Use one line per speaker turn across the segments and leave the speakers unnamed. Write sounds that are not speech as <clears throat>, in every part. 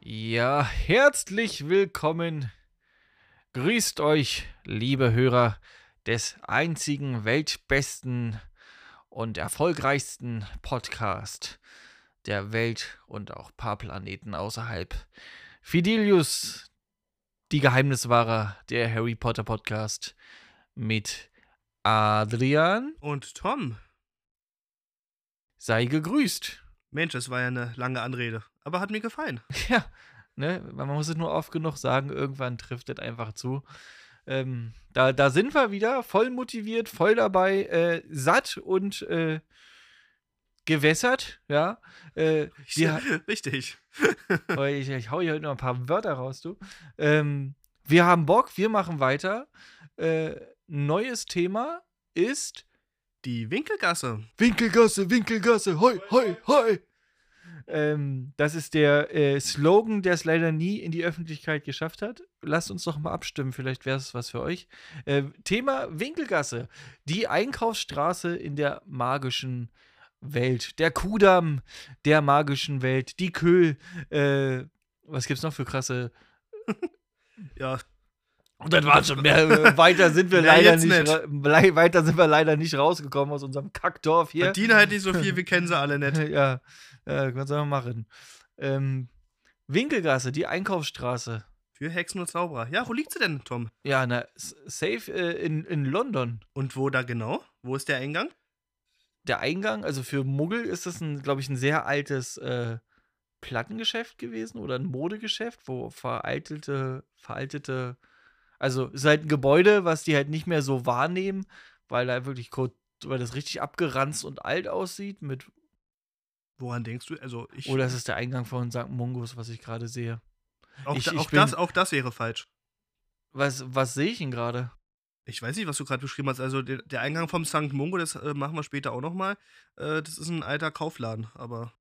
Ja, herzlich willkommen. Grüßt euch, liebe Hörer des einzigen weltbesten und erfolgreichsten Podcast der Welt und auch paar Planeten außerhalb. Fidelius, die Geheimniswahrer, der Harry Potter Podcast mit Adrian.
Und Tom.
Sei gegrüßt.
Mensch, das war ja eine lange Anrede. Aber hat mir gefallen. <laughs>
Ja, ne? Man muss es nur oft genug sagen, irgendwann trifft es einfach zu. Ähm, da, da sind wir wieder, voll motiviert, voll dabei, äh, satt und äh, gewässert, ja. Äh, wir, ha-
<laughs> Richtig.
Oh, ich, ich hau hier heute noch ein paar Wörter raus, du. Ähm, wir haben Bock, wir machen weiter. Äh, neues Thema ist
Die Winkelgasse.
Winkelgasse, Winkelgasse, hoi, hoi, hoi. Ähm, das ist der äh, Slogan, der es leider nie in die Öffentlichkeit geschafft hat. Lasst uns doch mal abstimmen, vielleicht wäre es was für euch. Äh, Thema Winkelgasse, die Einkaufsstraße in der magischen Welt. Der Kudamm der magischen Welt, die Köhl. Äh, was gibt's noch für krasse?
Ja,
Und das war's schon. <laughs> Mehr, äh, weiter sind wir
Mehr
leider
jetzt
nicht,
nicht.
ra- blei- weiter sind wir leider nicht rausgekommen aus unserem Kackdorf hier.
verdienen halt nicht so
<laughs>
viel, wir kennen sie alle nicht.
Ja, ja, was soll man machen? Ähm, Winkelgasse, die Einkaufsstraße.
Für Hexen und Zauberer. Ja, wo liegt sie denn, Tom?
Ja, na, s- safe äh, in, in London.
Und wo da genau? Wo ist der Eingang?
Der Eingang, also für Muggel ist das, glaube ich, ein sehr altes äh, Plattengeschäft gewesen oder ein Modegeschäft, wo veraltete, veraltete, also es ist halt ein Gebäude, was die halt nicht mehr so wahrnehmen, weil da wirklich kurz, weil das richtig abgeranzt und alt aussieht mit,
Woran denkst du? Also ich.
oder es ist der Eingang von St. Mungos, was ich gerade sehe.
auch,
ich-
da,
ich
auch,
bin-
das, auch das wäre falsch.
Was, was sehe ich denn gerade?
Ich weiß nicht, was du gerade beschrieben hast. Also der, der Eingang vom St. Mungo, das äh, machen wir später auch nochmal. Äh, das ist ein alter Kaufladen, aber.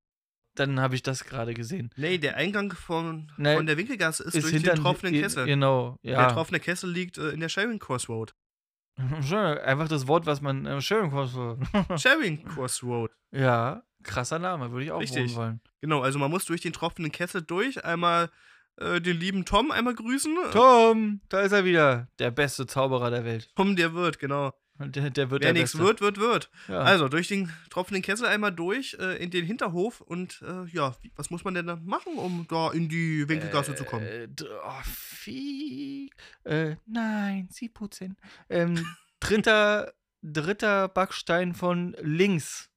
Dann habe ich das gerade gesehen.
Nee, der Eingang von,
Nee,
von der Winkelgasse ist, durch
hinter-
den troffenen
ge-
Kessel.
Genau,
Der
ja.
troffene Kessel liegt äh, in der Sharing Crossroad.
<laughs> Schön, einfach das Wort, was man äh, Sharing Crossroad.
Sharing Crossroad.
<laughs> ja, krasser Name, würde ich auch
Richtig.
wohnen wollen.
Genau, also man muss durch den tropfenden Kessel durch, einmal äh, den lieben Tom einmal grüßen. Äh,
Tom, da ist er wieder, der beste Zauberer der Welt.
Tom, der wird, genau.
Und Der, der wird
Wer
der
nichts
Beste. Ah.
wird, wird, wird.
Ja.
Also durch den tropfenden Kessel einmal durch, äh, in den Hinterhof und äh, ja, wie, was muss man denn da machen, um da in die Winkelgasse zu kommen?
Äh, d- oh, fie äh, nein, sie putzen.
<laughs>
Ähm, dritter, dritter Backstein von links.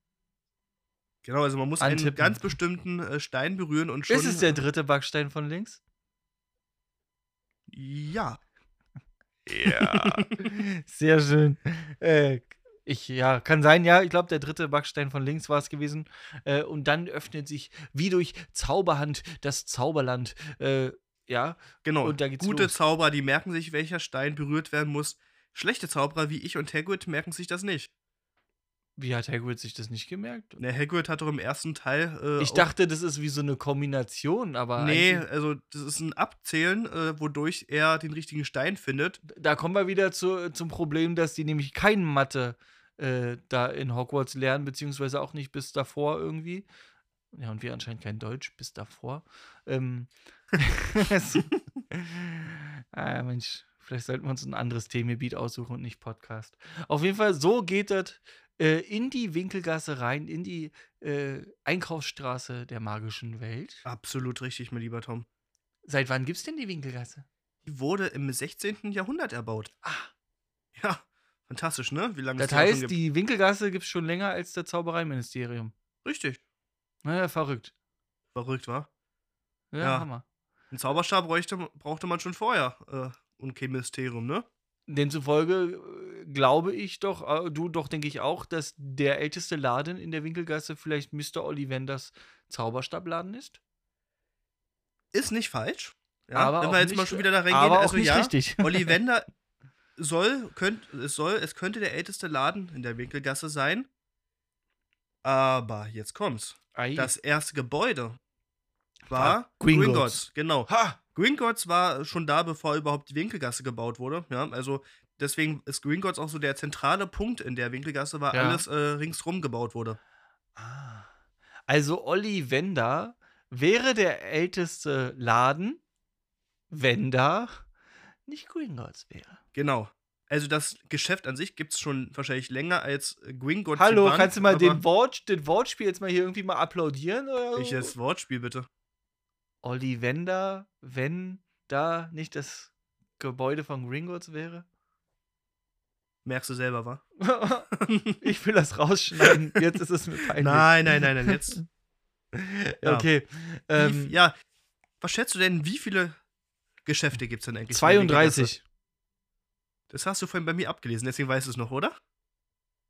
Genau, also man muss einen
antippen.
ganz bestimmten äh, Stein berühren und schon. äh,
Ist es der dritte Backstein von links?
Ja.
Ja. Sehr schön. Äh, ich, ja, kann sein, ja. Ich glaube, der dritte Backstein von links war es gewesen. Äh, und dann öffnet sich wie durch Zauberhand das Zauberland. Äh, ja,
<laughs> Genau.
Und da geht's
Gute
los.
Zauberer, die merken sich, welcher Stein berührt werden muss. Schlechte Zauberer wie ich und Hagrid merken sich das nicht.
wie hat Hagrid sich das nicht gemerkt?
Ne, Hagrid hat doch im ersten Teil. Äh,
Ich
auch-
dachte, das ist wie so eine Kombination, aber
Nee,
eigentlich-
also das ist ein Abzählen, äh, wodurch er den richtigen Stein findet.
da kommen wir wieder zu, zum Problem, dass die nämlich kein Mathe äh, da in Hogwarts lernen, beziehungsweise auch nicht bis davor irgendwie. Ja, und wir anscheinend kein Deutsch bis davor. Ähm, <laughs> es- ah, Mensch, vielleicht sollten wir uns ein anderes Themengebiet aussuchen und nicht Podcast. Auf jeden Fall, so geht das äh, in die Winkelgasse rein, in die äh, Einkaufsstraße der magischen Welt.
Ah. Absolut richtig, mein lieber Tom.
Seit wann gibt es denn die Winkelgasse?
Die wurde im 16. Jahrhundert erbaut.
Ah.
Ja, fantastisch, ne? Wie lange
Das
auch schon
heißt,
gibt.
die Winkelgasse gibt es schon länger als das Zaubereiministerium.
Richtig.
Naja, verrückt.
Verrückt, war.
Ja,
Ja.
Hammer.
Ein Zauberstab bräuchte, brauchte man schon vorher. Äh, und kein Mysterium, ne?
Demzufolge äh, glaube ich doch, äh, du doch denke ich auch, dass der älteste Laden in der Winkelgasse vielleicht Mr. Ollivanders Zauberstabladen ist.
Ist nicht falsch. Ja,
Aber
wenn
auch
wir jetzt
nicht-
mal schon wieder da reingehen,
Aber
also
auch nicht
ja,
richtig.
Ollivander soll, könnt, es soll, es könnte der älteste Laden in der Winkelgasse sein. Aber jetzt kommt's.
Ei.
Das erste Gebäude
War
war
Gringotts.
Gringotts. Genau.
ha!
Gringotts war schon da, bevor überhaupt die Winkelgasse gebaut wurde. Ja, also deswegen ist Gringotts auch so der zentrale Punkt in der Winkelgasse, weil
Ja.
alles äh, ringsrum gebaut wurde.
Ah. Also Ollivander wäre der älteste Laden, wenn da nicht Gringotts wäre.
Genau. Also das Geschäft an sich gibt es schon wahrscheinlich länger als Gringotts. die
Hallo,
Bank,
kannst du mal
aber-
den Wort, den Wortspiel jetzt mal hier irgendwie mal applaudieren oder so?
Welches Wortspiel bitte?
Olli, wenn da, wenn da nicht das Gebäude von Gringotts
<laughs>
wäre?
Merkst du selber, wa? <laughs>
ich will das rausschneiden. Jetzt ist es mir peinlich.
Nein, nein, nein,
<laughs>
nein. Jetzt. ja.
Okay. Ähm,
wie, ja. Was schätzt du denn, wie viele Geschäfte gibt es denn eigentlich? in der Winkelgasse?
32.
Das hast du vorhin bei mir abgelesen, deswegen weißt du es noch, oder?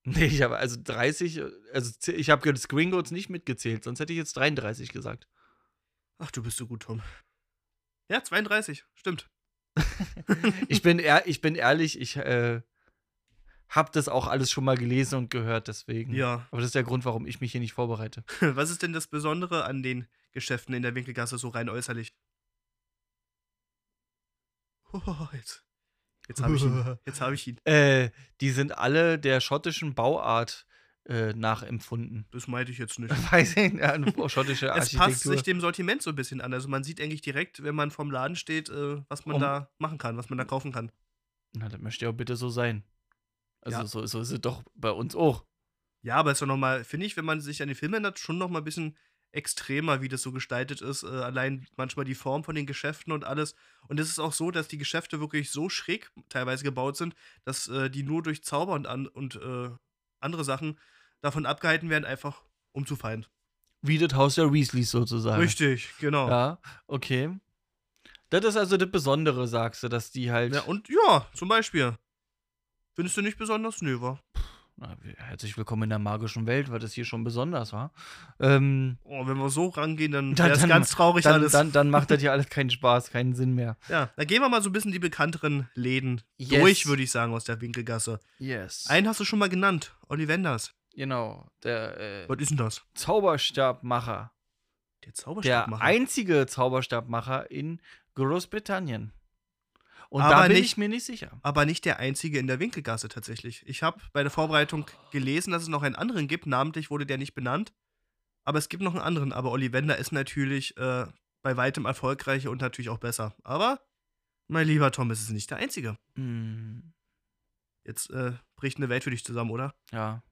Nee, ich habe also 30, also z- ich habe das Gringotts nicht mitgezählt, sonst hätte ich jetzt 33 gesagt.
<laughs> Ach, du bist so gut, Tom. Ja, 32, stimmt.
Ich bin, ehr, ich bin ehrlich, ich äh, habe das auch alles schon mal gelesen und gehört, deswegen.
Ja. <laughs>
Aber das ist der Grund, warum ich mich hier nicht vorbereite.
Was ist denn das Besondere an den Geschäften in der Winkelgasse so rein äußerlich? <laughs> Oh, jetzt jetzt habe ich
<laughs>
ihn. Jetzt habe ich ihn.
Äh, die sind alle der schottischen Bauart äh, nachempfunden. <laughs>
Das meinte ich jetzt nicht.
Weiß ich, nicht, ja, schottische
<laughs> Es passt
Architektur.
sich dem Sortiment so ein bisschen an. Also man sieht eigentlich direkt, wenn man vorm Laden steht, äh, was man
Um-
da machen kann, was man da kaufen kann.
Na, das möchte ja auch bitte so sein. Also
Ja.
so, so ist es doch bei uns auch.
Ja, aber ist doch nochmal, finde ich, wenn man sich an den Film erinnert, schon nochmal ein bisschen extremer, wie das so gestaltet ist. Äh, allein manchmal die Form von den Geschäften und alles. Und es ist auch so, dass die Geschäfte wirklich so schräg teilweise gebaut sind, dass äh, die nur durch Zauber und, an und äh, andere Sachen davon abgehalten werden, einfach umzufallen.
Wie das Haus der Weasleys sozusagen.
Richtig, genau. Ja.
Ja, okay. Das ist also das Besondere, sagst du, dass die halt.
und ja, zum Beispiel. Findest du nicht besonders? Nö, war.
Na, herzlich willkommen in der magischen Welt, weil das hier schon besonders war. Ähm,
Oh, wenn wir so rangehen, dann
Dann-
wäre es
dann-
ganz traurig
dann,
alles.
dann, dann macht
<laughs>
das hier alles keinen Spaß, keinen Sinn mehr.
ja, da gehen wir mal so ein bisschen die bekannteren Läden
Yes.
durch, würde ich sagen, aus der Winkelgasse.
Yes.
Einen hast du schon mal genannt, Ollivanders.
genau. Der äh,
Was ist denn das?
Zauberstabmacher.
Der
Der
Zauberstabmacher.
einzige Zauberstabmacher in Großbritannien. Und da
Aber
bin
nicht-
ich mir nicht sicher.
aber nicht der einzige in der Winkelgasse tatsächlich. Ich habe bei der Vorbereitung gelesen, dass es noch einen anderen gibt. Namentlich wurde der nicht benannt. Aber es gibt noch einen anderen. Aber Ollivander ist natürlich äh, bei weitem erfolgreicher und natürlich auch besser. Aber, mein lieber Tom, es ist nicht der einzige.
Hm,
Jetzt äh, bricht eine Welt für dich zusammen, oder?
ja.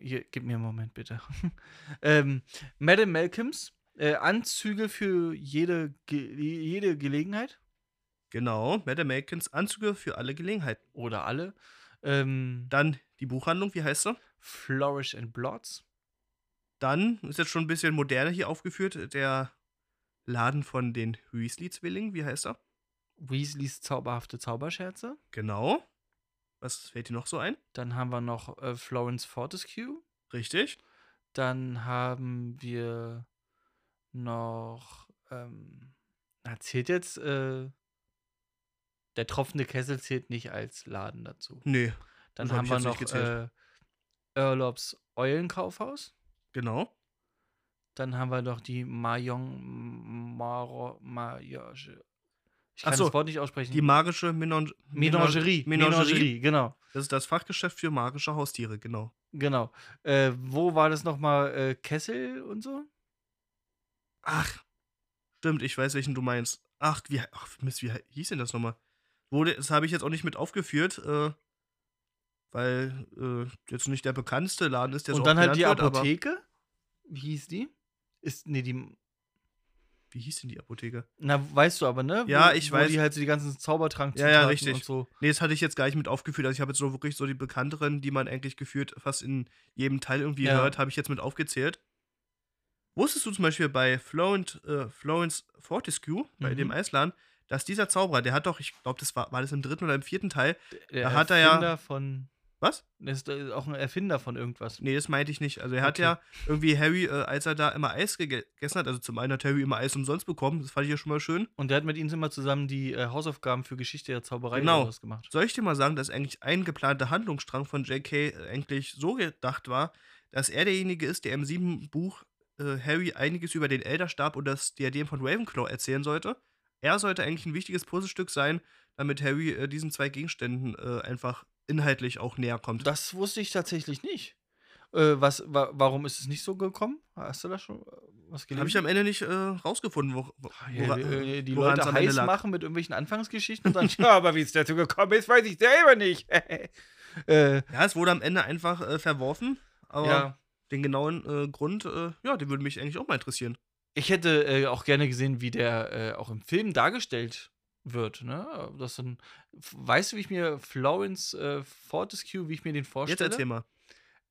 Hier, gib mir einen Moment, bitte. <laughs> ähm, Madame Malcolms, äh, Anzüge für jede, Ge jede Gelegenheit.
Genau, Madame Malkins Anzüge für alle Gelegenheiten.
oder alle. Ähm,
Dann die Buchhandlung, wie heißt sie?
Flourish and Blots.
Dann ist jetzt schon ein bisschen moderner hier aufgeführt, der Laden von den Weasley-Zwillingen, wie heißt er?
Weasleys zauberhafte Zauberscherze.
Genau. Was fällt dir noch so ein?
Dann haben wir noch äh, Florence Fortescue.
Richtig.
Dann haben wir noch. Ähm, na, zählt jetzt. Äh, der tropfende Kessel zählt nicht als Laden dazu.
Nee,
Dann
Hm, das hab
haben
ich
wir
jetzt
noch
nicht
äh,
gezählt.
Urlaubs Eulenkaufhaus.
genau.
Dann haben wir noch die Mayong Maro Mayoge. Ich
Ach
kann
so,
das Wort nicht aussprechen.
Die magische Menon
Hm. Menagerie.
Menagerie.
Menagerie, genau.
Das ist das Fachgeschäft für magische Haustiere, genau.
Genau. Äh, wo war das nochmal? Äh, Kessel und so?
Ach, stimmt, ich weiß, welchen du meinst. Ach, wie, ach Mist, wie hieß denn das nochmal? Wurde, das habe ich jetzt auch nicht mit aufgeführt, äh, weil äh, jetzt nicht der bekannteste Laden ist, der so
und
oft
dann halt die
genannt wird, aber-
Apotheke. Wie hieß die? Ist, nee, die.
Wie hieß denn die Apotheke?
Na, weißt du aber, ne?
Ja,
wo,
ich
wo
weiß.
die halt so die ganzen Zaubertrank
Ja, ja,
Zutaten
richtig.
und so.
Nee, das hatte ich jetzt gar nicht mit aufgeführt. Also ich habe jetzt nur wirklich so die bekannteren, die man eigentlich geführt fast in jedem Teil irgendwie
Ja.
hört, habe ich jetzt mit aufgezählt. Wusstest du zum Beispiel bei Florent, äh, Florence Fortescue, bei
Mhm.
dem Eisladen, dass dieser Zauberer, der hat doch, ich glaube, das war, war das im dritten oder im vierten Teil.
Der
hat er ja-
Erfinder von.
Was?
Der ist äh, auch ein Erfinder von irgendwas.
Nee, das meinte ich nicht. Also er hat
Okay.
ja irgendwie Harry, äh, als er da immer Eis gege- gegessen hat, also zum einen hat Harry immer Eis umsonst bekommen, das fand ich ja schon mal schön.
Und der hat mit ihnen immer zusammen die äh, Hausaufgaben für Geschichte der Zauberei
Genau.
oder sowas gemacht.
Soll ich dir mal sagen, dass eigentlich ein geplanter Handlungsstrang von J.K. eigentlich so gedacht war, dass er derjenige ist, der im siebten Buch äh, Harry einiges über den Elderstab und das Diadem von Ravenclaw erzählen sollte? Er sollte eigentlich ein wichtiges Puzzlestück sein, damit Harry äh, diesen zwei Gegenständen äh, einfach inhaltlich auch näher kommt.
Das wusste ich tatsächlich nicht. Äh, was, wa warum ist es nicht so gekommen? Hast du das schon? Was
Habe ich am Ende nicht äh, rausgefunden, wo, wo,
Ach, Ah, ja,
wora-
die- äh, die
woran's
Leute
am Ende
heiß
lag.
machen mit irgendwelchen Anfangsgeschichten und sagen, <laughs> ja, aber wie es dazu gekommen ist, weiß ich selber nicht. <laughs> äh,
Ja, es wurde am Ende einfach äh, verworfen, aber
ja.
den genauen äh, Grund, äh, ja, den würde mich eigentlich auch mal interessieren.
Ich hätte äh, auch gerne gesehen, wie der äh, auch im Film dargestellt wird. Ne? Das sind, weißt du, wie ich mir Florence äh, Fortescue, wie ich mir den
Jetzt
vorstelle?
erzähl mal.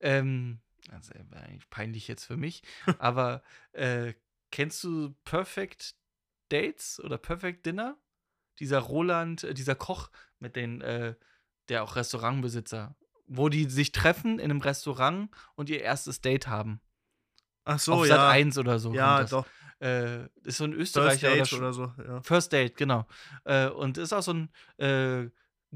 Ähm, also äh, eigentlich peinlich jetzt für
<laughs>
mich, aber äh, kennst du Perfect Dates oder Perfect Dinner? Dieser Roland, äh, dieser Koch mit den, äh, der auch Restaurantbesitzer, wo die sich treffen in einem Restaurant und ihr erstes Date haben.
Ach so,
Auf Sat
ja.
1 oder so. kommt
ja,
das.
doch.
Äh, ist so ein
First
Österreicher
Dates
oder,
oder so. Ja.
First Date, genau. Äh, und ist auch so ein äh,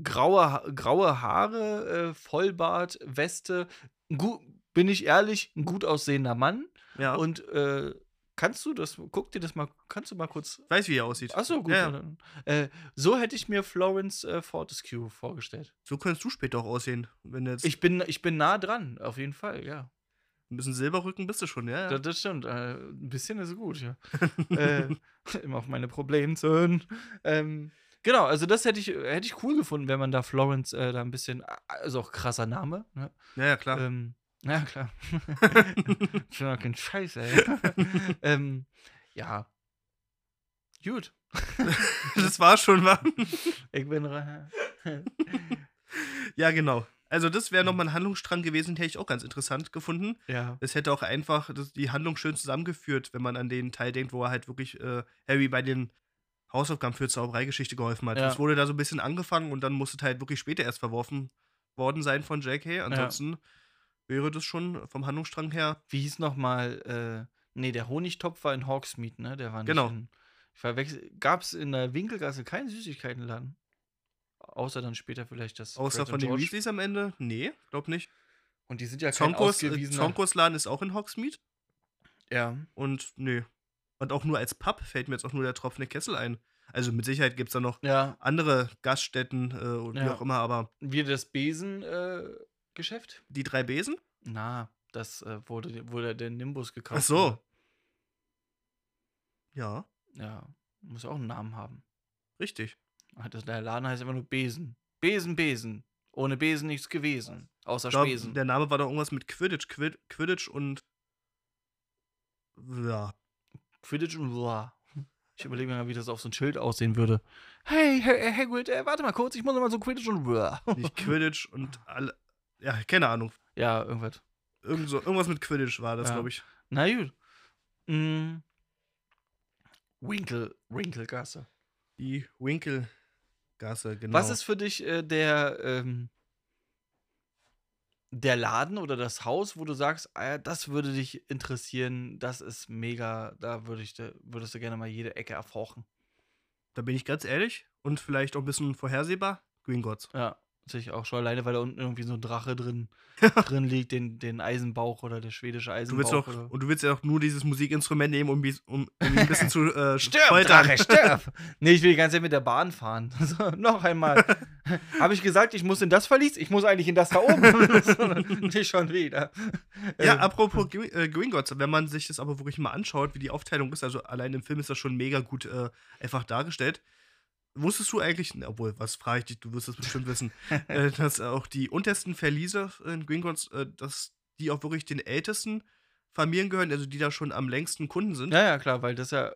graue, Ha- graue Haare, äh, Vollbart, Weste. Ein Gut, bin ich ehrlich, ein gut aussehender Mann.
ja.
Und äh, kannst du das, guck dir das mal, kannst du mal kurz.
ich weiß, wie er aussieht.
Achso, gut.
Ja, ja.
dann- Äh, so hätte ich mir Florence äh, Fortescue vorgestellt.
So könntest du später auch aussehen, wenn du jetzt
Ich bin, ich bin nah dran, auf jeden Fall, ja.
ein bisschen Silberrücken bist du schon, ja.
Das,
ja.
das stimmt. Äh, ein bisschen ist gut,
<laughs>
ja. äh, <laughs> immer auf meine Probleme zu hören. Ähm, genau, also das hätte ich, hätte ich cool gefunden, wenn man da Florence äh, da ein bisschen, also auch krasser Name, ne?
ja, ja, klar.
Ähm, na ja, klar. Schon noch kein Scheiß,
<laughs>
ey. ähm, ja. Gut.
<laughs> das war
<laughs>
schon mal.
Ich bin ra-
ja, genau. Also, das wäre nochmal ein Handlungsstrang gewesen, den hätte ich auch ganz interessant gefunden.
Ja.
Es hätte auch einfach das, die Handlung schön zusammengeführt, wenn man an den Teil denkt, wo er halt wirklich äh, Harry bei den Hausaufgaben für Zaubereigeschichte geholfen hat.
Ja.
Das wurde da so ein bisschen angefangen und dann musste es halt wirklich später erst verworfen worden sein von J.K. Ansonsten wäre das schon vom Handlungsstrang her.
Wie hieß nochmal, äh, nee, der Honigtopf war in Hawksmeat, ne? Der war nicht
Genau.
in. Ich verwechsel. Gab es in der Winkelgasse keinen Süßigkeitenladen? Außer dann später vielleicht das.
Außer
Fred
von
und
den
George.
Weasleys am Ende? Nee, glaub nicht.
Und die sind ja kein
Zonkos, äh,
ausgewiesener.
Zonkos Laden ist auch in Hogsmeade
ja.
und nee. Und auch nur als Pub fällt mir jetzt auch nur der tropfende Kessel ein. Also mit Sicherheit gibt es da noch
ja,
andere Gaststätten äh, und wie
Ja.
auch immer, aber
wir das Besengeschäft. Äh, Geschäft?
die drei Besen?
Na, das äh, wurde, wurde der Nimbus gekauft.
Ach so. Ja,
ne? Ja, muss auch einen Namen haben.
richtig.
Also der Laden heißt immer nur Besen. Besen, Besen. Ohne Besen nichts gewesen. Außer
Ich glaub,
Spesen.
der Name war doch irgendwas mit Quidditch, Quid Quidditch und
<laughs>
ja,
Quidditch und Blah. Ich überlege mir mal, wie das auf so ein Schild aussehen würde. Hey, hey, Hagrid, äh, warte mal kurz, ich muss noch mal so Quidditch und Blah.
nicht Quidditch und alle ja, keine Ahnung.
<laughs> Ja, irgendwas.
Irgend so, irgendwas mit Quidditch war das,
Ja.
glaube ich.
Na gut. Mm. Winkel, Winkelgasse.
Die Winkelgasse, genau.
Was ist für dich äh, der, ähm, der Laden oder das Haus, wo du sagst, ah, ja, das würde dich interessieren, das ist mega, da würde ich, da würdest du gerne mal jede Ecke erforschen.
Da bin ich ganz ehrlich und vielleicht auch ein bisschen vorhersehbar. Green Gods.
Ja, sehe ich auch schon alleine, weil da unten irgendwie so ein Drache
<laughs>
drin, drin liegt, den, den Eisenbauch oder der schwedische
Du
Eisenbauch.
willst doch,
oder
und du willst ja auch nur dieses Musikinstrument nehmen, um, bis- um, um
<laughs>
ein bisschen zu äh,
Stirb,
foltern.
Drache, stirb! <laughs> Nee, ich will die ganze Zeit mit der Bahn fahren. <laughs> So, noch
<laughs>
einmal. Habe ich gesagt, ich muss in das Verlies? Ich muss eigentlich in das da
<laughs>
oben. <laughs> so, nicht schon wieder.
Ja,
Ähm,
apropos Gr- äh, Green Gods, wenn man sich das aber wirklich mal anschaut, wie die Aufteilung ist, also allein im Film ist das schon mega gut äh, einfach dargestellt. Wusstest du eigentlich, na, obwohl, was frage ich dich, du wirst es bestimmt
<laughs>
wissen, äh, dass auch die untersten Verlieser in Green Gods, äh, dass die auch wirklich den ältesten Familien gehören, also die da schon am längsten Kunden sind.
Ja, ja, klar, weil das ja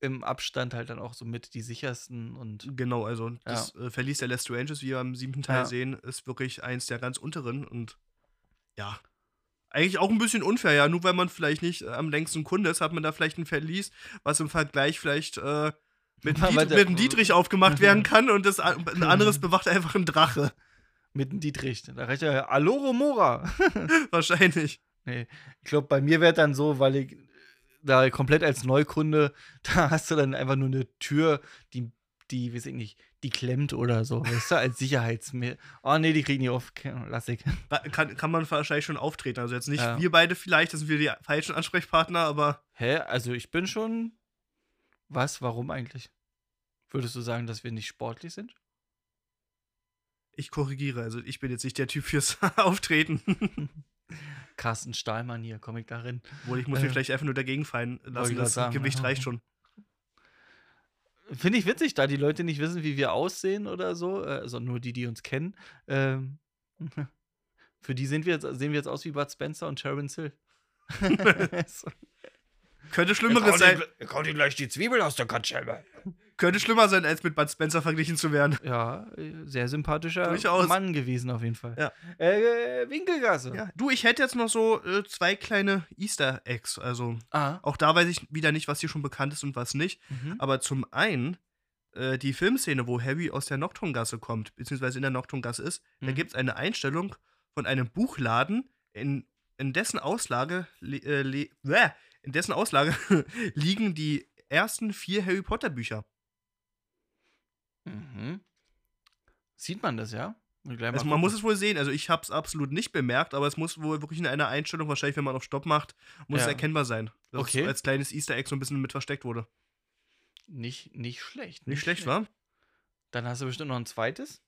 im Abstand halt dann auch so mit die sichersten und
Genau, also das äh, Verlies der Last Ranges, wie wir am siebten Teil
Ja.
sehen, ist wirklich eins der ganz unteren und ja. Eigentlich auch ein bisschen unfair, ja. Nur weil man vielleicht nicht äh, am längsten Kunde ist, hat man da vielleicht ein Verlies, was im Vergleich vielleicht äh,
<laughs>
mit,
Weil
Diet
der- Hm.
mit einem Dietrich aufgemacht
<laughs>
werden kann und das a- ein anderes bewacht einfach ein Drache. <laughs>
mit dem Dietrich. Da reicht ja Aloro Mora.
Wahrscheinlich.
nee, ich glaube, bei mir wäre dann so, weil ich da komplett als Neukunde, <laughs> da hast du dann einfach nur eine Tür, die, die, weiß ich nicht, die klemmt oder so, weißt du, als Sicherheitsmittel. Oh nee, die kriegen die auf, lass ich.
Wa- Kann, kann man wahrscheinlich schon auftreten. Also jetzt nicht
Ja.
wir beide vielleicht, das sind wir die falschen Ansprechpartner, aber
Hä? Also ich bin schon. Was? Warum eigentlich? Würdest du sagen, dass wir nicht sportlich sind?
<laughs> ich korrigiere. Also ich bin jetzt nicht der Typ fürs Auftreten.
Carsten Stahlmann hier, Comic darin.
Obwohl, ich muss mich
Äh,
vielleicht einfach nur dagegen fallen
wollte
lassen.
ich grad
Das
sagen,
Gewicht
ja.
reicht schon.
Finde ich witzig, da die Leute nicht wissen, wie wir aussehen oder so. äh, Also nur die, die uns kennen. Ähm, <laughs> für die sind wir jetzt, sehen wir jetzt aus wie Bud Spencer und Sharon
<laughs>
Hill. <laughs> so.
Könnte schlimmeres sein.
Kommt ihm gleich die Zwiebel aus der Katschelbe.
Könnte schlimmer sein, als mit Bud Spencer verglichen zu werden.
Ja, äh, sehr sympathischer
Durchaus.
Mann gewesen auf jeden Fall.
Ja.
Äh, Winkelgasse.
Ja. Du, ich hätte jetzt noch so äh, zwei kleine Easter Eggs. Also
Ah.
auch da weiß ich wieder nicht, was hier schon bekannt ist und was nicht.
Mhm.
Aber zum einen äh, die Filmszene, wo Harry aus der Nocturngasse kommt, beziehungsweise in der Nocturngasse ist, da
Mhm.
gibt es eine Einstellung von einem Buchladen, in, in dessen Auslage le- äh, le- bäh, in dessen Auslage <laughs> liegen die ersten vier Harry Potter Bücher.
Mhm. Sieht man das, ja? Und gleich mal
Also man muss
gucken.
es wohl sehen. Also ich habe es absolut nicht bemerkt, aber es muss wohl wirklich in einer Einstellung, wahrscheinlich wenn man auf Stopp macht, muss
Ja.
es erkennbar sein. Dass
Okay.
es als kleines Easter Egg so ein bisschen mit versteckt wurde.
nicht, nicht schlecht.
Nicht schlecht, wa?
Dann hast du bestimmt noch ein zweites.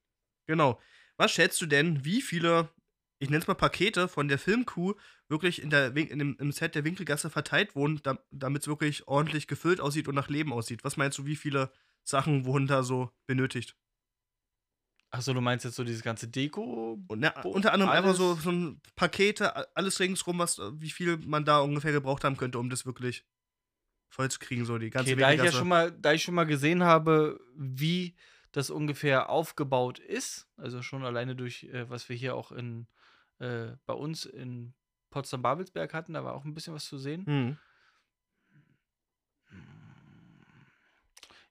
Genau. Was schätzt du denn, wie viele, ich nenne es mal Pakete von der Filmkuh, wirklich in der, Win- in dem, im Set der Winkelgasse verteilt wurden, da, damit es wirklich ordentlich gefüllt aussieht und nach Leben aussieht? Was meinst du, wie viele Sachen wurden da so benötigt?
Achso, du meinst jetzt so dieses ganze Deko?
Und na,
Bo-
unter anderem einfach so,
alles-
so ein Pakete, a- alles ringsrum, was, äh, wie viel man da ungefähr gebraucht haben könnte, um das wirklich voll zu kriegen, so die ganze
Okay, da ich ja
Winkelgasse.
schon mal, da ich schon mal gesehen habe, wie das ungefähr aufgebaut ist, also schon alleine durch, äh, was wir hier auch in, äh, bei uns in Potsdam-Babelsberg hatten, da war auch ein bisschen was zu sehen.
Hm.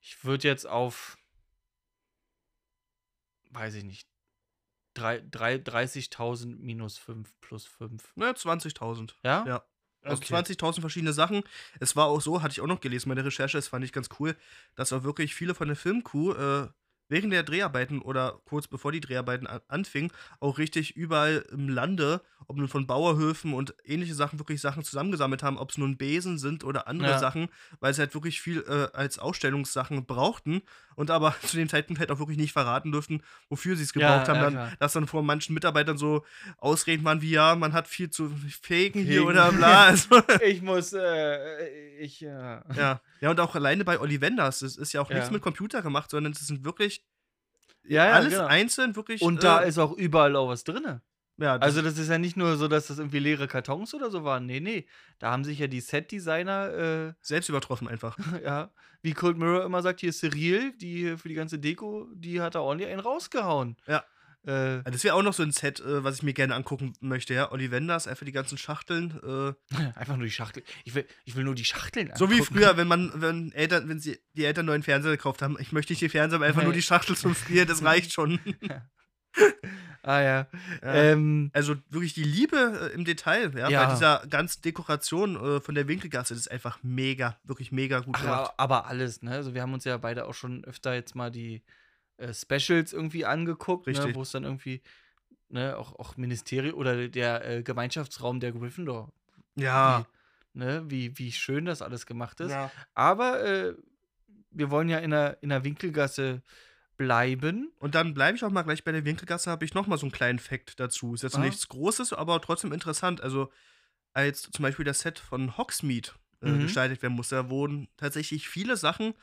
Ich würde jetzt auf, weiß ich nicht, drei- drei- 30.000 minus 5 plus 5.
Na, 20.000.
Ja?
Ja. Also
Okay.
20.000 verschiedene Sachen. Es war auch so, hatte ich auch noch gelesen, meine Recherche, das fand ich ganz cool, dass auch wirklich viele von der Filmcrew äh, während der Dreharbeiten oder kurz bevor die Dreharbeiten an anfingen, auch richtig überall im Lande, ob nun von Bauerhöfen und ähnliche Sachen, wirklich Sachen zusammengesammelt haben, ob es nun Besen sind oder andere
Ja.
Sachen, weil sie halt wirklich viel äh, als Ausstellungssachen brauchten und aber <laughs> zu dem Zeitpunkt halt auch wirklich nicht verraten dürften, wofür sie es
Ja,
gebraucht haben.
ja,
Dann,
klar.
dass dann vor manchen Mitarbeitern so Ausreden waren wie, ja, man hat viel zu fegen hier
Fegen. <laughs>
oder bla. Also,
Ich muss, äh, ich, äh,
ja. ja, und auch alleine bei Ollivanders, das ist ja auch nichts
Ja.
mit Computer gemacht, sondern das sind wirklich
ja, ja,
alles
genau.
einzeln, wirklich.
Und da
äh,
ist auch überall auch was drinne.
ja, das,
Also das ist ja nicht nur so, dass das irgendwie leere Kartons oder so waren. Nee, nee. Da haben sich ja die Set-Designer,
selbst übertroffen einfach.
äh, <laughs> ja, wie Cold Mirror immer sagt, hier Cyril, die hier für die ganze Deko, die hat da ordentlich einen rausgehauen.
Ja.
Äh, <clears throat>
Also das wäre auch noch so ein Set, äh, was ich mir gerne angucken möchte, ja. Ollivanders, einfach die ganzen Schachteln. Äh,
einfach nur die Schachtel. Ich will, ich will nur die Schachteln.
so wie
angucken.
früher, wenn man, wenn Eltern, wenn sie die Eltern neuen Fernseher gekauft haben, ich möchte nicht den Fernseher, aber einfach nur
Nee.
die Schachtel zum
<laughs>
Frieren, das reicht schon.
Ah ja.
Ja.
Ähm,
Also wirklich die Liebe äh, im Detail, ja,
Ja.
bei dieser ganzen Dekoration äh, von der Winkelgasse, das ist einfach mega, wirklich mega gut
ach,
gemacht.
aber- aber alles, ne? Also wir haben uns ja beide auch schon öfter jetzt mal die äh, Specials irgendwie angeguckt, ne?
Richtig.
wo es dann irgendwie, ne, auch, auch Ministerium oder der äh, Gemeinschaftsraum der Gryffindor
Ja.
ne, wie, wie schön das alles gemacht ist.
Ah. ja.
Aber äh, wir wollen ja in der, in der Winkelgasse bleiben.
Und dann bleibe ich auch mal gleich bei der Winkelgasse, habe ich nochmal so einen kleinen Fact dazu. Ist jetzt
Aha.
nichts Großes, aber trotzdem interessant. Also, als zum Beispiel das Set von Hogsmeade äh,
Mhm.
gestaltet werden musste, da wurden tatsächlich viele Sachen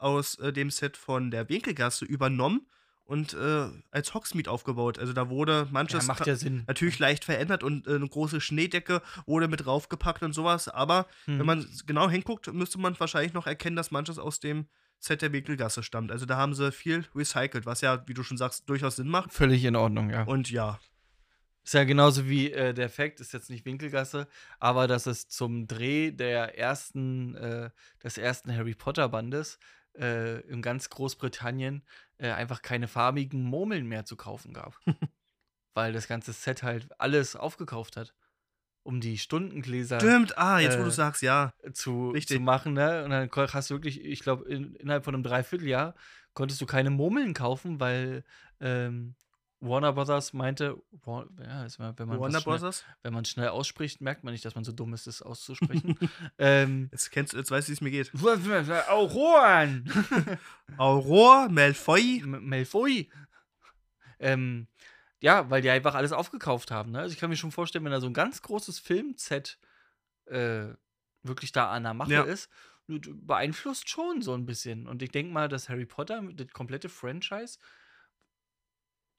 aus äh, dem Set von der Winkelgasse übernommen und äh, als Hogsmeade aufgebaut. Also, da wurde
Ja,
manches
macht ja Sinn.
natürlich leicht verändert und äh, eine große Schneedecke wurde mit draufgepackt und sowas. Aber
Hm.
wenn man genau hinguckt, müsste man wahrscheinlich noch erkennen, dass manches aus dem Set der Winkelgasse stammt. Also da haben sie viel recycelt, was ja, wie du schon sagst, durchaus Sinn macht.
Völlig in Ordnung, ja.
Und ja,
Ist ja genauso wie äh, der Fact, ist jetzt nicht Winkelgasse, aber dass es zum Dreh der ersten, äh, des ersten Harry Potter Bandes äh, in ganz Großbritannien äh, einfach keine farbigen Murmeln mehr zu kaufen
<laughs>
gab. Weil das ganze Set halt alles aufgekauft hat. Um die Stundengläser
stimmt. Ah, jetzt wo
äh,
du sagst, ja.
zu,
Richtig.
zu machen, ne? Und dann ko- hast du wirklich, ich glaube, in, innerhalb von einem Dreivierteljahr konntest du keine Murmeln kaufen, weil ähm, Warner Brothers meinte, Wa- ja, ist mal, wenn man
Warner
was schnell,
Bros.
wenn man schnell ausspricht, merkt man nicht, dass man so dumm ist,
<laughs>
es auszusprechen. ähm,
Jetzt, kennst, jetzt weißt du, wie es mir
<laughs>
geht.
Auroren!
Aurora, Malfoy.
M- Malfoy. Ähm, Ja, weil die einfach alles aufgekauft haben. Ne? Also ich kann mir schon vorstellen, wenn da so ein ganz großes Filmset äh, wirklich da an der Mache
Ja.
ist, du- du beeinflusst schon so ein bisschen. Und ich denke mal, dass Harry Potter, das komplette Franchise,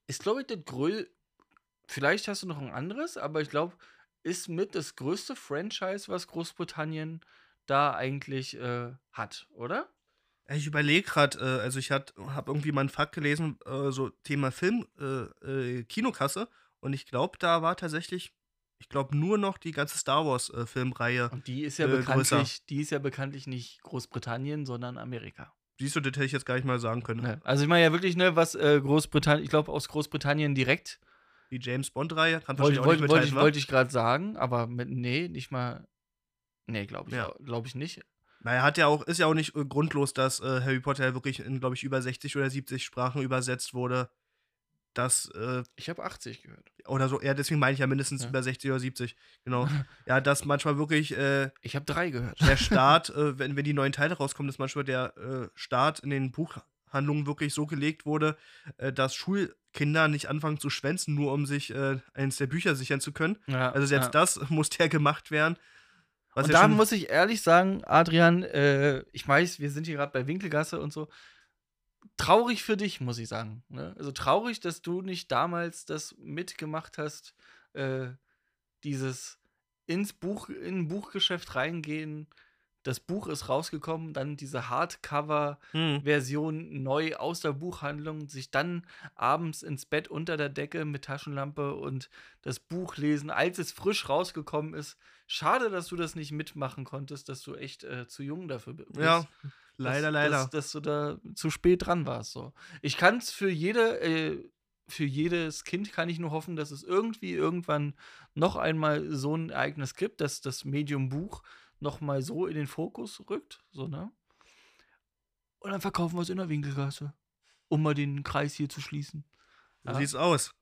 ist, glaube ich, das größte. Vielleicht hast du noch ein anderes, aber ich glaube, ist mit das größte Franchise, was Großbritannien da eigentlich äh, hat, oder?
Ja, Ich überlege gerade, äh, also ich habe irgendwie mal einen Fakt gelesen, äh, so Thema Film, äh, äh, Kinokasse. Und ich glaube, da war tatsächlich, ich glaube, nur noch die ganze Star äh, Wars-Filmreihe.
Und die ist ja
Äh, größer.
bekanntlich, die ist ja bekanntlich nicht Großbritannien, sondern Amerika.
Siehst du, das hätte ich jetzt gar nicht mal sagen können.
Ne? Also ich meine ja wirklich, ne, was äh, Großbritannien, ich glaube aus Großbritannien direkt,
Die James Bond-Reihe kann
wollte wollt,
wahrscheinlich
wollt
auch nicht
ich,
mithalten, wa?
wollt ich gerade sagen, aber mit nee, nicht mal. Nee, glaube ich,
Ja.
glaube ich nicht.
Naja, hat ja auch, ist ja auch nicht äh, grundlos, dass äh, Harry Potter ja wirklich in, glaube ich, über 60 oder 70 Sprachen übersetzt wurde. Das, äh,
Ich habe 80 gehört.
oder so, ja, deswegen meine ich ja mindestens
Ja.
über 60 oder 70, genau. Ja, dass manchmal wirklich äh,
Ich habe drei gehört. <laughs>
der Start, äh, wenn, wenn die neuen Teile rauskommen, dass manchmal der äh, Start in den Buchhandlungen wirklich so gelegt wurde, äh, dass Schulkinder nicht anfangen zu schwänzen, nur um sich äh, eins der Bücher sichern zu können.
Ja,
Also selbst
ja.
das <laughs> musste ja gemacht werden. Was
und
ja
da
schon-
muss ich ehrlich sagen, Adrian, äh, ich weiß, wir sind hier gerade bei Winkelgasse und so. Traurig für dich, muss ich sagen. Ne? Also traurig, dass du nicht damals das mitgemacht hast, äh, dieses ins Buch, in ein Buchgeschäft reingehen. Das Buch ist rausgekommen, dann diese Hardcover,
Hm.
Version neu aus der Buchhandlung, sich dann abends ins Bett unter der Decke mit Taschenlampe und das Buch lesen, als es frisch rausgekommen ist. Schade, dass du das nicht mitmachen konntest, dass du echt äh, zu jung dafür bi- bist.
Ja, leider,
dass,
leider.
Dass, dass du da zu spät dran warst. So. Ich kann es für jede, äh, für jedes Kind kann ich nur hoffen, dass es irgendwie irgendwann noch einmal so ein Ereignis gibt, dass das Medium Buch noch mal so in den Fokus rückt, so ne? Und dann verkaufen wir es in der Winkelgasse, um mal den Kreis hier zu schließen.
so
Ja.
sieht's aus.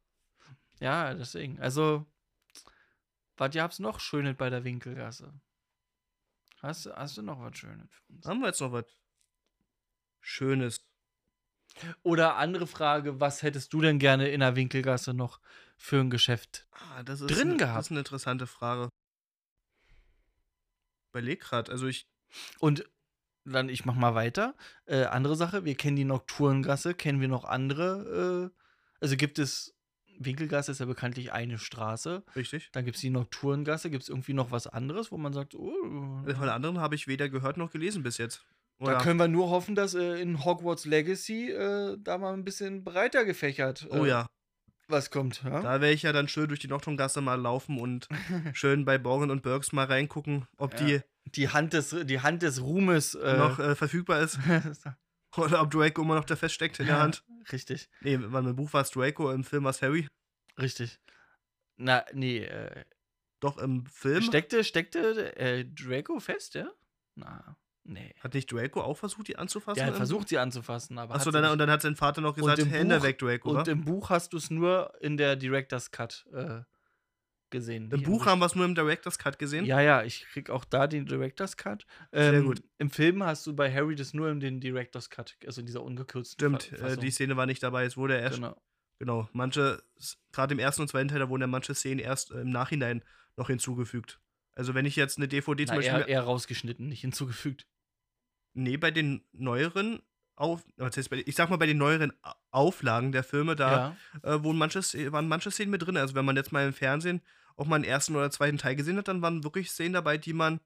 Ja, deswegen. Also, was gab's noch Schönes bei der Winkelgasse? Hast, du- hast du noch was Schönes für uns?
Haben wir jetzt noch was Schönes?
Oder andere Frage, was hättest du denn gerne in der Winkelgasse noch für ein Geschäft?
Ah, das ist
Drin
eine,
gehabt.
Das ist eine interessante Frage. Überleg gerade, also ich.
Und dann, ich mach mal weiter. Äh, andere Sache, wir kennen die Nocturngasse, kennen wir noch andere? Äh, also gibt es, Winkelgasse ist ja bekanntlich eine Straße,
Richtig.
dann gibt es die Nocturngasse, gibt es irgendwie noch was anderes, wo man sagt, oh,
Äh, Von anderen habe ich weder gehört noch gelesen bis jetzt.
da
Oder?
können wir nur hoffen, dass äh, in Hogwarts Legacy äh, da mal ein bisschen breiter gefächert
oh
äh,
ja.
was kommt. Ja?
Da werde ich ja dann schön durch die Nocturngasse mal laufen
<laughs>
und schön bei Borgen und Burks mal reingucken, ob
Ja.
die
die, Hand des, die Hand des Ruhmes äh,
noch äh, verfügbar ist <laughs> oder ob Draco immer noch da feststeckt in der
Ja.
Hand.
<laughs> Richtig.
Nee, weil im Buch war es Draco, im Film war es Harry.
Richtig. Na, nee, äh,
Doch im Film
steckte, steckte äh, Draco fest, ja? Na, nee.
hat nicht Draco auch versucht, die anzufassen?
Der hat
im-
versucht, sie anzufassen, aber
Achso,
hat sie
dann, und
nicht.
dann hat sein Vater noch gesagt,
im
Hände
Buch-
weg, Draco.
und
wa?
im Buch hast du es nur in der Director's Cut äh, gesehen.
Im
Die
Buch
haben
haben wir es nur im Director's Cut gesehen.
Ja, ja, ich krieg auch da den Director's Cut. Ähm,
Sehr gut.
Im Film hast du bei Harry das nur in den Director's Cut, also in dieser ungekürzten
Stimmt,
Ver-
äh,
Fassung.
die Szene war nicht dabei, es wurde erst. Genau,
genau.
manche, s- gerade im ersten und zweiten Teil, da wurden ja manche Szenen erst äh, im Nachhinein noch hinzugefügt. Also, wenn ich jetzt eine DVD zum
Na,
Beispiel.
eher, eher rausgeschnitten, nicht hinzugefügt.
Nee, bei den neueren auf, was heißt bei, ich sag mal bei den neueren A- Auflagen der Filme, da
ja.
äh, wurden manche, Sz- waren manche Szenen mit drin. Also wenn man jetzt mal im Fernsehen auch mal einen ersten oder zweiten Teil gesehen hat, dann waren wirklich Szenen dabei, die man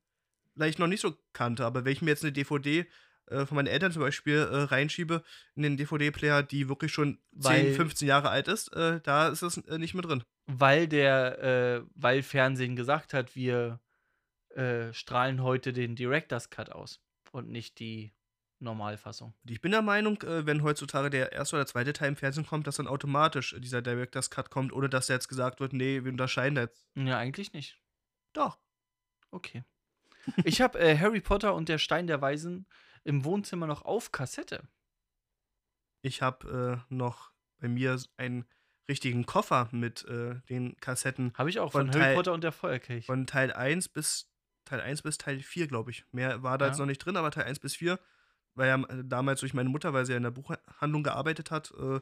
vielleicht noch nicht so kannte. Aber wenn ich mir jetzt eine DVD äh, von meinen Eltern zum Beispiel äh, reinschiebe in den DVD-Player, die wirklich schon 10,
Weil-
15 Jahre alt ist, äh, da ist es äh, nicht mehr drin.
weil der, äh, weil Fernsehen gesagt hat, wir äh, strahlen heute den Director's Cut aus und nicht die Normalfassung.
Und ich bin der Meinung, äh, wenn heutzutage der erste oder zweite Teil im Fernsehen kommt, dass dann automatisch äh, dieser Director's Cut kommt, ohne dass jetzt gesagt wird, nee, wir unterscheiden da jetzt.
Ja, eigentlich nicht.
Doch.
Okay. <laughs> Ich habe äh, Harry Potter und der Stein der Weisen im Wohnzimmer noch auf Kassette.
Ich habe äh, noch bei mir s- einen richtigen Koffer mit äh, den Kassetten
Habe ich auch
Von
von, Harry
Teil-
Potter und der Feuerkelch.
von Teil 1 bis Teil 1 bis Teil 4, glaube ich. Mehr war da
Ja.
jetzt noch nicht drin, aber Teil 1 bis 4 war ja äh, damals durch meine Mutter, weil sie ja in der Buchhandlung gearbeitet hat, äh,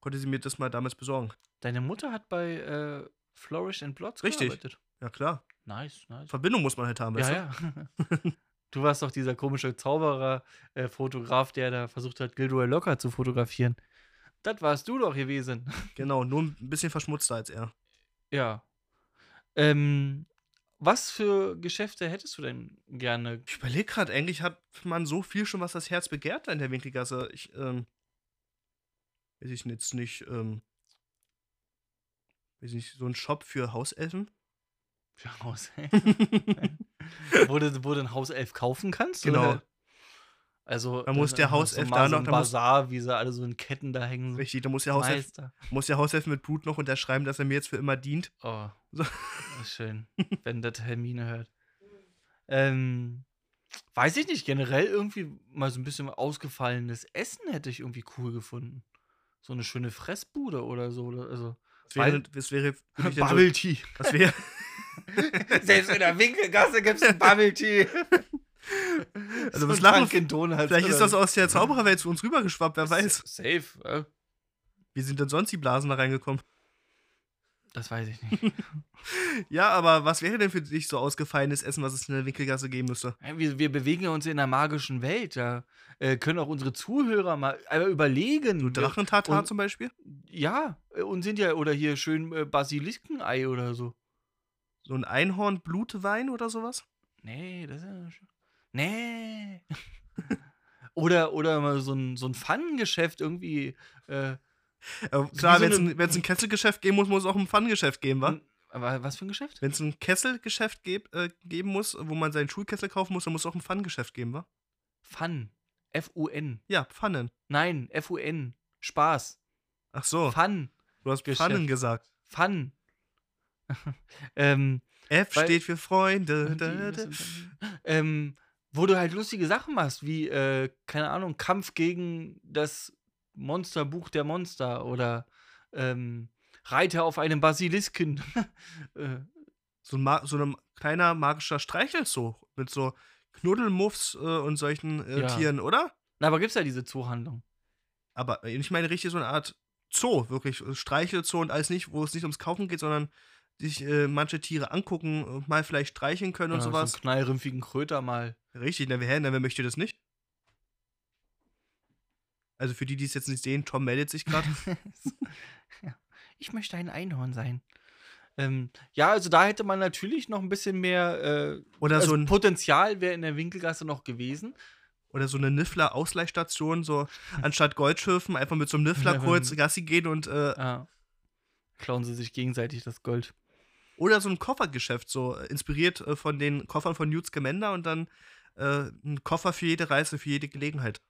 konnte sie mir das mal damals besorgen.
Deine Mutter hat bei äh, Flourish and Blots
Richtig.
gearbeitet.
Ja, klar.
Nice, nice.
Verbindung muss man halt haben, weißt
Ja,
du?
ja.
<laughs>
du warst doch dieser komische Zauberer-Fotograf, der da versucht hat, Gilroy Locker zu fotografieren. Das warst du doch gewesen. <laughs>
Genau, nur ein bisschen verschmutzter als er.
Ja. Ähm, was für Geschäfte hättest du denn gerne? <laughs>
Ich überlege gerade, eigentlich hat man so viel schon, was das Herz begehrt da in der Winkelgasse. Ich, ähm, weiß ich jetzt nicht, ähm, weiß ich nicht, so ein Shop
<laughs>
für Hauselfen?
Für ein Haus, wo, du, wo du ein Hauself kaufen kannst?
Genau.
Oder? Also,
Da muss
das-
der
das ist
Hauself
so
da
mal so
noch-
ein
da muss-
Bazar, wie sie alle so in Ketten da hängen. So
Richtig, da muss der, Hauself,
Meister.
muss der Hauself mit Blut noch unterschreiben, dass er mir jetzt für immer dient.
Oh,
So.
das ist
<laughs>
schön, wenn das Hermine hört. Ähm, weiß ich nicht, generell irgendwie mal so ein bisschen ausgefallenes Essen hätte ich irgendwie cool gefunden. So eine schöne Fressbude oder so. Oder, also,
Das wäre,
Weil-
das wäre,
<laughs>
würde ich dann so,
Bubble Tea. <laughs>
das wäre,
Selbst in der Winkelgasse gibt es ein Bubble Tea.
<laughs> Also was lachen-
Donuts
vielleicht ist
oder
das aus der Zaubererwelt zu uns rübergeschwappt, wer
so.
weiß.
Safe, äh?
Wie sind denn sonst die Blasen da reingekommen?
das weiß ich nicht.
Ja, aber was wäre denn für dich so ausgefallenes Essen, was es in der Winkelgasse geben müsste?
Wir, wir bewegen uns in einer magischen Welt. Da äh, können auch unsere Zuhörer mal einmal überlegen.
So
Wir-
Drachentatar
und-
zum Beispiel?
Ja, äh, und sind ja, oder hier schön äh, Basilikenei oder so.
So ein Einhorn-Blutwein oder sowas?
Nee, das ist ja. sch- Nee. <laughs> oder, oder mal so ein, so ein Pfannengeschäft irgendwie. Äh,
Äh,
wie
klar,
so
wenn es
eine- Hm.
ein, wenn's ein Kesselgeschäft geben muss, muss es auch um ein Pfannengeschäft geben, wa?
Ein- aber was für ein Geschäft?
Wenn es ein Kesselgeschäft geb, äh, geben muss, wo man seinen Schulkessel kaufen muss, dann muss es auch um ein Pfannengeschäft geben, wa?
Fun. F-U-N.
Ja, Pfannen.
Nein, F-U-N. Spaß.
Ach so,
Fun.
du hast
Geschäft.
Pfannen gesagt.
Fun. <laughs> ähm,
F
Weil-
steht für Freunde.
Und die
Da, da.
ist im Dungeon. ähm, wo du halt lustige Sachen machst, wie, äh, keine Ahnung, Kampf gegen das Monsterbuch der Monster oder ähm, Reiter auf einem Basilisken. <laughs> äh,
So ein, Ma- so ein kleiner magischer Streichelzoo mit so Knuddelmuffs äh, und solchen äh,
Ja.
Tieren, oder?
na, aber gibt's ja diese Zoohandlung.
Aber äh, ich meine richtig so eine Art Zoo, wirklich äh, Streichelzoo und alles nicht, wo es nicht ums Kaufen geht, sondern sich äh, manche Tiere angucken, und mal vielleicht streicheln können und
Oder
sowas.
So einen knallrümpfigen Kröter mal.
<laughs> Richtig, na, wer, hä, na, wer möchte das nicht? Also für die, die es jetzt nicht sehen, Tom meldet
<laughs>
sich gerade.
Ja. ich möchte ein Einhorn sein. Ähm, ja, also da hätte man natürlich noch ein bisschen mehr äh,
Oder,
also
so ein,
Potenzial wäre in der Winkelgasse noch gewesen.
oder so eine Niffler-Ausleihstation, so anstatt Goldschürfen, einfach mit so einem Niffler
Ja,
kurz
wenn-
Gassi gehen und. Äh,
Ja. Klauen sie sich gegenseitig das Gold.
oder so ein Koffergeschäft, so äh, inspiriert äh, von den Koffern von Newt Scamander und dann äh, ein Koffer für jede Reise, für jede Gelegenheit.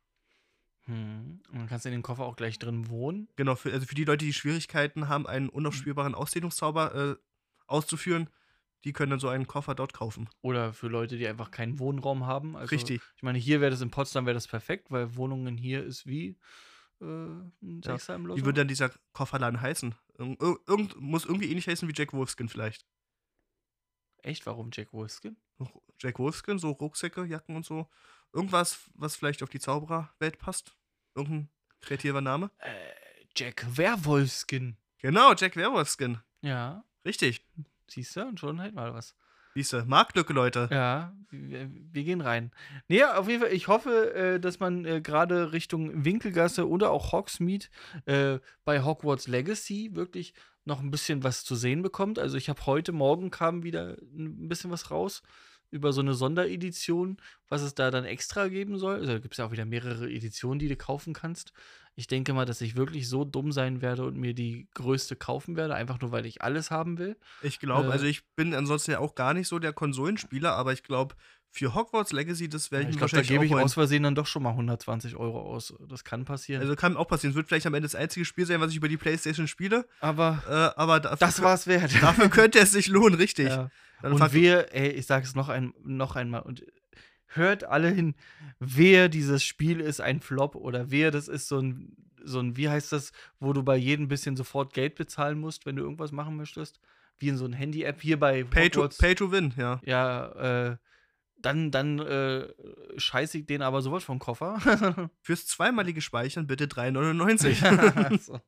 Hm. Und dann kannst du in dem Koffer auch gleich drin wohnen.
Genau, für, also für die Leute, die Schwierigkeiten haben, einen unaufspürbaren
Mhm.
Ausdehnungszauber äh, auszuführen, die können dann so einen Koffer dort kaufen.
Oder für Leute, die einfach keinen Wohnraum haben. Also,
Richtig.
Ich meine, hier wäre das in Potsdam wäre das perfekt, weil Wohnungen hier ist wie äh, ein
Ja,
Sechser im Lotto.
Wie würde dann dieser Kofferladen heißen? Irgend, irgend, muss irgendwie ähnlich heißen wie Jack Wolfskin vielleicht.
Echt, warum Jack Wolfskin?
Jack Wolfskin, so Rucksäcke, Jacken und so. Irgendwas, was vielleicht auf die Zaubererwelt passt. Irgendein kreativer Name.
Äh, Jack Werwolfskin.
Genau, Jack Werwolfskin.
Ja,
Richtig.
siehst du, und schon hätten wir was.
Siehst du, Marktlücke, Leute.
Ja, wir, wir gehen rein. Nee, auf jeden Fall, ich hoffe, äh, dass man äh, gerade Richtung Winkelgasse oder auch Hogsmeade äh, bei Hogwarts Legacy wirklich noch ein bisschen was zu sehen bekommt. Also ich habe heute Morgen kam wieder ein bisschen was raus über so eine Sonderedition, was es da dann extra geben soll. Also da gibt es ja auch wieder mehrere Editionen, die du kaufen kannst. Ich denke mal, dass ich wirklich so dumm sein werde und mir die größte kaufen werde, einfach nur weil ich alles haben will.
Ich glaube,
Äh.
also ich bin ansonsten ja auch gar nicht so der Konsolenspieler, aber ich glaube, für Hogwarts Legacy, das werde ich,
ich
mir
glaube, da
wahrscheinlich
gebe ich
auch holen.
aus Versehen dann doch schon mal 120 Euro aus. Das kann passieren.
Also kann auch passieren. Es wird vielleicht am Ende das einzige Spiel sein, was ich über die Playstation spiele.
aber
Äh, aber dafür,
das war's
<laughs>
wert.
dafür könnte es sich lohnen, richtig.
ja.
Dann
Und
fragt-
wir, ey, ich sag's noch, ein, noch einmal und hört alle hin, wer dieses Spiel ist ein Flop oder wer das ist so ein, so ein, wie heißt das, wo du bei jedem bisschen sofort Geld bezahlen musst, wenn du irgendwas machen möchtest, wie in so ein Handy-App hier bei
pay, to,
Hogwarts.
pay to win, ja.
Ja, äh, dann, dann äh, scheiße ich den aber sowas vom Koffer.
Fürs zweimalige Speichern bitte
<laughs>
3,99.
Ja, so.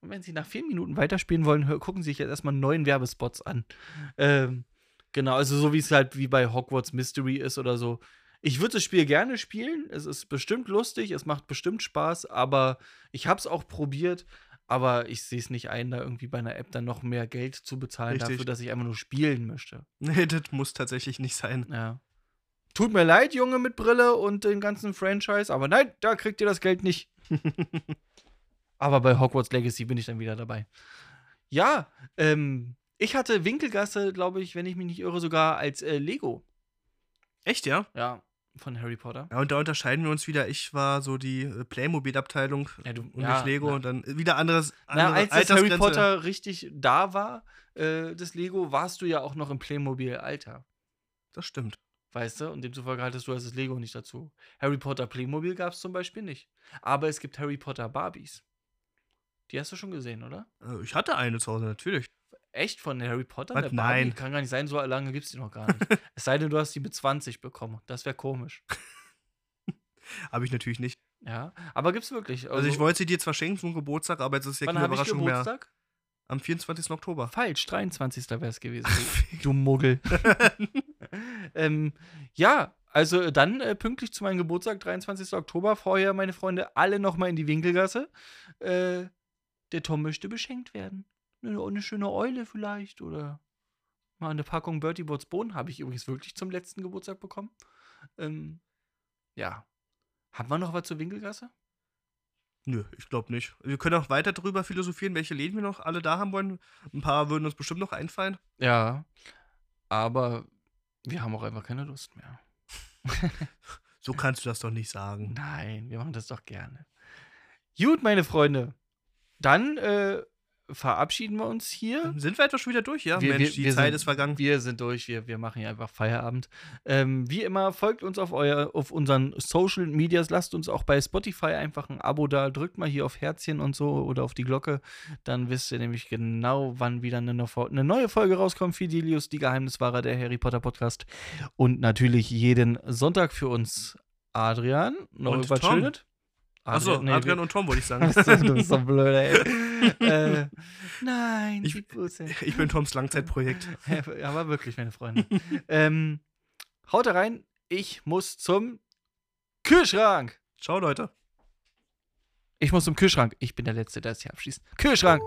Und wenn Sie nach vier Minuten weiterspielen wollen, hör- gucken Sie sich jetzt erstmal neuen Werbespots an. Ähm, genau, also so wie es halt wie bei Hogwarts Mystery ist oder so. Ich würde das Spiel gerne spielen. Es ist bestimmt lustig, es macht bestimmt Spaß, aber ich habe es auch probiert. Aber ich sehe es nicht ein, da irgendwie bei einer App dann noch mehr Geld zu bezahlen
Richtig.
dafür, dass ich einfach nur spielen möchte.
<laughs> Nee, das muss tatsächlich nicht sein.
Ja. Tut mir leid, Junge mit Brille und den ganzen Franchise, aber nein, da kriegt ihr das Geld nicht. <laughs> aber bei Hogwarts Legacy bin ich dann wieder dabei. Ja, ähm, ich hatte Winkelgasse, glaube ich, wenn ich mich nicht irre, sogar als äh, Lego.
Echt, ja?
Ja, von Harry Potter.
Ja, und da unterscheiden wir uns wieder. Ich war so die äh, Playmobil-Abteilung
Ja, du-
und
ja,
nicht Lego
na-
und dann wieder anderes. Andere
Na, als das Harry
Altersgrenze.
Potter richtig da war, äh, das Lego, warst du ja auch noch im Playmobil-Alter.
Das stimmt.
Weißt du? Und demzufolge hattest du als das Lego nicht dazu. Harry Potter Playmobil gab es zum Beispiel nicht. Aber es gibt Harry Potter Barbies. Die hast du schon gesehen, oder?
Äh, Ich hatte eine zu Hause, natürlich.
Echt von Harry Potter?
Was?
Eine
Nein.
Kann gar nicht sein, so lange gibt es die noch gar
<laughs>
nicht. es sei denn, du hast die mit 20 bekommen. Das wäre komisch.
Habe ich natürlich nicht.
Ja, aber gibt's wirklich.
Also, ich wollte sie dir zwar schenken zum Geburtstag, aber jetzt ist ja
Wann
keine
habe ich
Überraschung mehr.
Geburtstag?
Am 24. Oktober.
Falsch, 23. wäre es gewesen. du- du Muggel. <laughs> ähm, ja, also dann äh, pünktlich zu meinem Geburtstag, 23. Oktober, vorher, meine Freunde, alle nochmal in die Winkelgasse. Äh, der Tom möchte beschenkt werden. Eine, eine schöne Eule vielleicht oder mal eine Packung Bertie Bots Bohnen habe ich übrigens wirklich zum letzten Geburtstag bekommen. Ähm, ja. Haben wir noch was zur Winkelgasse?
Nö, ich glaube nicht. Wir können auch weiter drüber philosophieren, welche Läden wir noch alle da haben wollen. Ein paar würden uns bestimmt noch einfallen.
Ja. Aber wir haben auch einfach keine Lust mehr.
So kannst du das doch nicht sagen.
Nein, wir machen das doch gerne. Gut, meine Freunde. Dann äh, verabschieden wir uns hier.
Sind wir etwa schon wieder durch, ja?
wir,
Mensch,
wir-
die
wir
Zeit
sind,
ist vergangen.
Wir sind durch, wir, wir machen hier einfach Feierabend. Ähm, wie immer, folgt uns auf, euer, auf unseren Social Medias, lasst uns auch bei Spotify einfach ein Abo da, drückt mal hier auf Herzchen und so oder auf die Glocke, dann wisst ihr nämlich genau, wann wieder eine, neue- eine neue Folge rauskommt. Fidelius, die Geheimniswahrer, der Harry Potter Podcast und natürlich jeden Sonntag für uns Adrian. Noch
Und
was
Tom.
Schönes?
Achso,
nee, <laughs>
Adrian
wir-
und Tom, wollte ich sagen.
Bist du du bist so blöd,
<laughs>
ey. äh, nein,
Ich-
die Busse.
Ich bin Toms Langzeitprojekt.
Ja, Aber wirklich, meine Freunde. ähm, haut da rein, ich muss zum Kühlschrank.
Ciao, Leute.
Ich muss zum Kühlschrank. Ich bin der Letzte, der es hier abschließt. Kühlschrank!